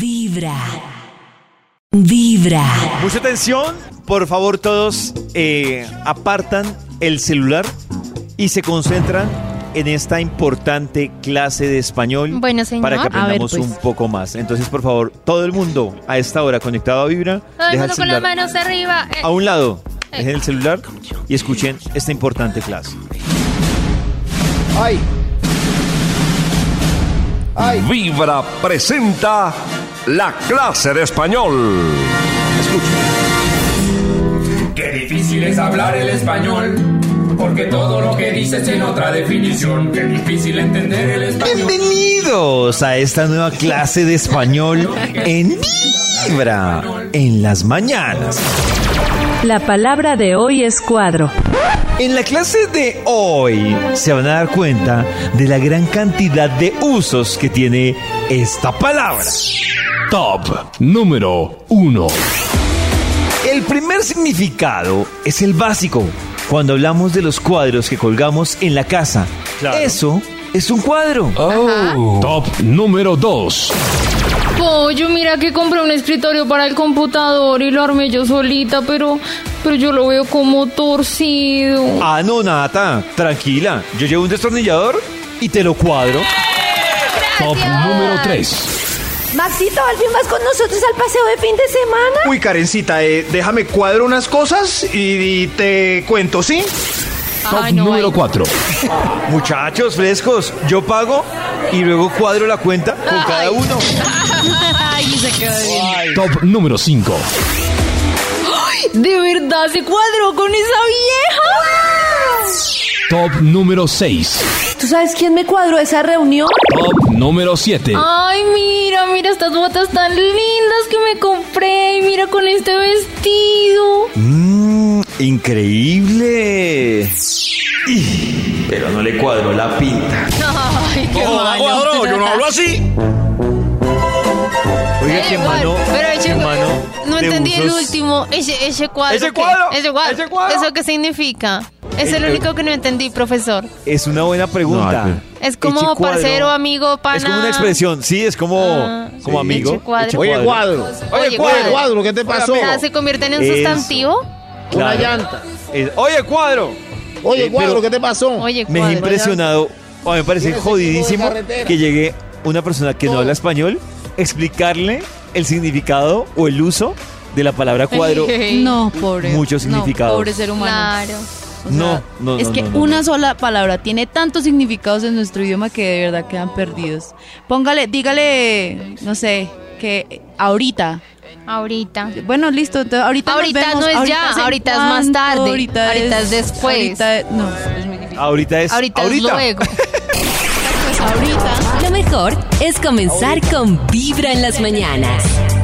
Vibra. Vibra. Mucha atención, por favor todos eh, apartan el celular y se concentran en esta importante clase de español Bueno, señor. para que A ver, aprendamos pues. un poco más. Entonces, por favor, todo el mundo a esta hora conectado a Vibra, Todo el deja el mundo con las celular manos arriba. Eh, a un lado, dejen el celular y escuchen esta importante clase. ¡Ay! ¡Ay! Vibra presenta la clase de español. Qué difícil es hablar el español, porque todo lo que dices en otra definición. Qué difícil entender el español. Bienvenidos a esta nueva clase de español en Vibra, en las mañanas. La palabra de hoy es cuadro. En la clase de hoy se van a dar cuenta de la gran cantidad de usos que tiene esta palabra. Top número 1. El primer significado es el básico. Cuando hablamos de los cuadros que colgamos en la casa, eso es un cuadro. Top número 2. Pollo, mira que compré un escritorio para el computador y lo armé yo solita, pero, pero yo lo veo como torcido. Ah, no, Nata, tranquila. Yo llevo un destornillador y te lo cuadro. Top número 3. Maxito, al fin vas con nosotros al paseo de fin de semana. Uy, Karencita, eh, déjame cuadro unas cosas y, y te cuento, ¿sí? Top número 4. Muchachos frescos, yo pago y luego cuadro la cuenta con cada uno. Top número 5. ¿De verdad se cuadró con esa vieja? Top número 6. ¿Tú sabes quién me cuadró esa reunión? Top número 7. Ay, mira, mira estas botas tan lindas que me compré y mira con este vestido. Mmm, increíble. Y- Pero no le cuadro la pinta. Ay, qué malo. yo no hablo así. Oiga, eh, qué igual, mano. pero qué ese- mano no de entendí el usos. último. Ese, ese cuadro. Ese ¿qué? cuadro, Ese cuadro. ese cuadro. ¿Eso qué significa? Es el único que no entendí, profesor. Es una buena pregunta. No, Es como Eche cuadro. parcero, amigo, pana. Es como una expresión, sí, es como, Ah, como sí. amigo. Eche cuadro. Eche Oye, cuadro. Oye, Oye, cuadro. cuadro, ¿qué te pasó? O sea, ¿Se convierte en un Eso. sustantivo? Una Claro. llanta. Eh, Oye, cuadro. Oye, Eh, cuadro, pero- ¿qué te pasó? Oye, Me cuadro. he impresionado. o me parece Mira ese tipo de jodidísimo carretera. que llegue una persona que no habla español explicarle el significado o el uso de la palabra cuadro. No, pobre. Muchos no, significados. pobre ser humano. Claro. O sea, No, no, Es no, que no, no, una no. sola palabra tiene tantos significados en nuestro idioma que de verdad quedan perdidos. Póngale, dígale, no sé, que ahorita. Ahorita. Bueno, listo, entonces ahorita nos Ahorita vemos, no es ya, ¿en ahorita es cuánto? más tarde, ahorita es después. ahorita- no, es muy difícil. Ahorita es. Ahorita, es luego. ahorita. Lo mejor es comenzar con Vibra en las mañanas.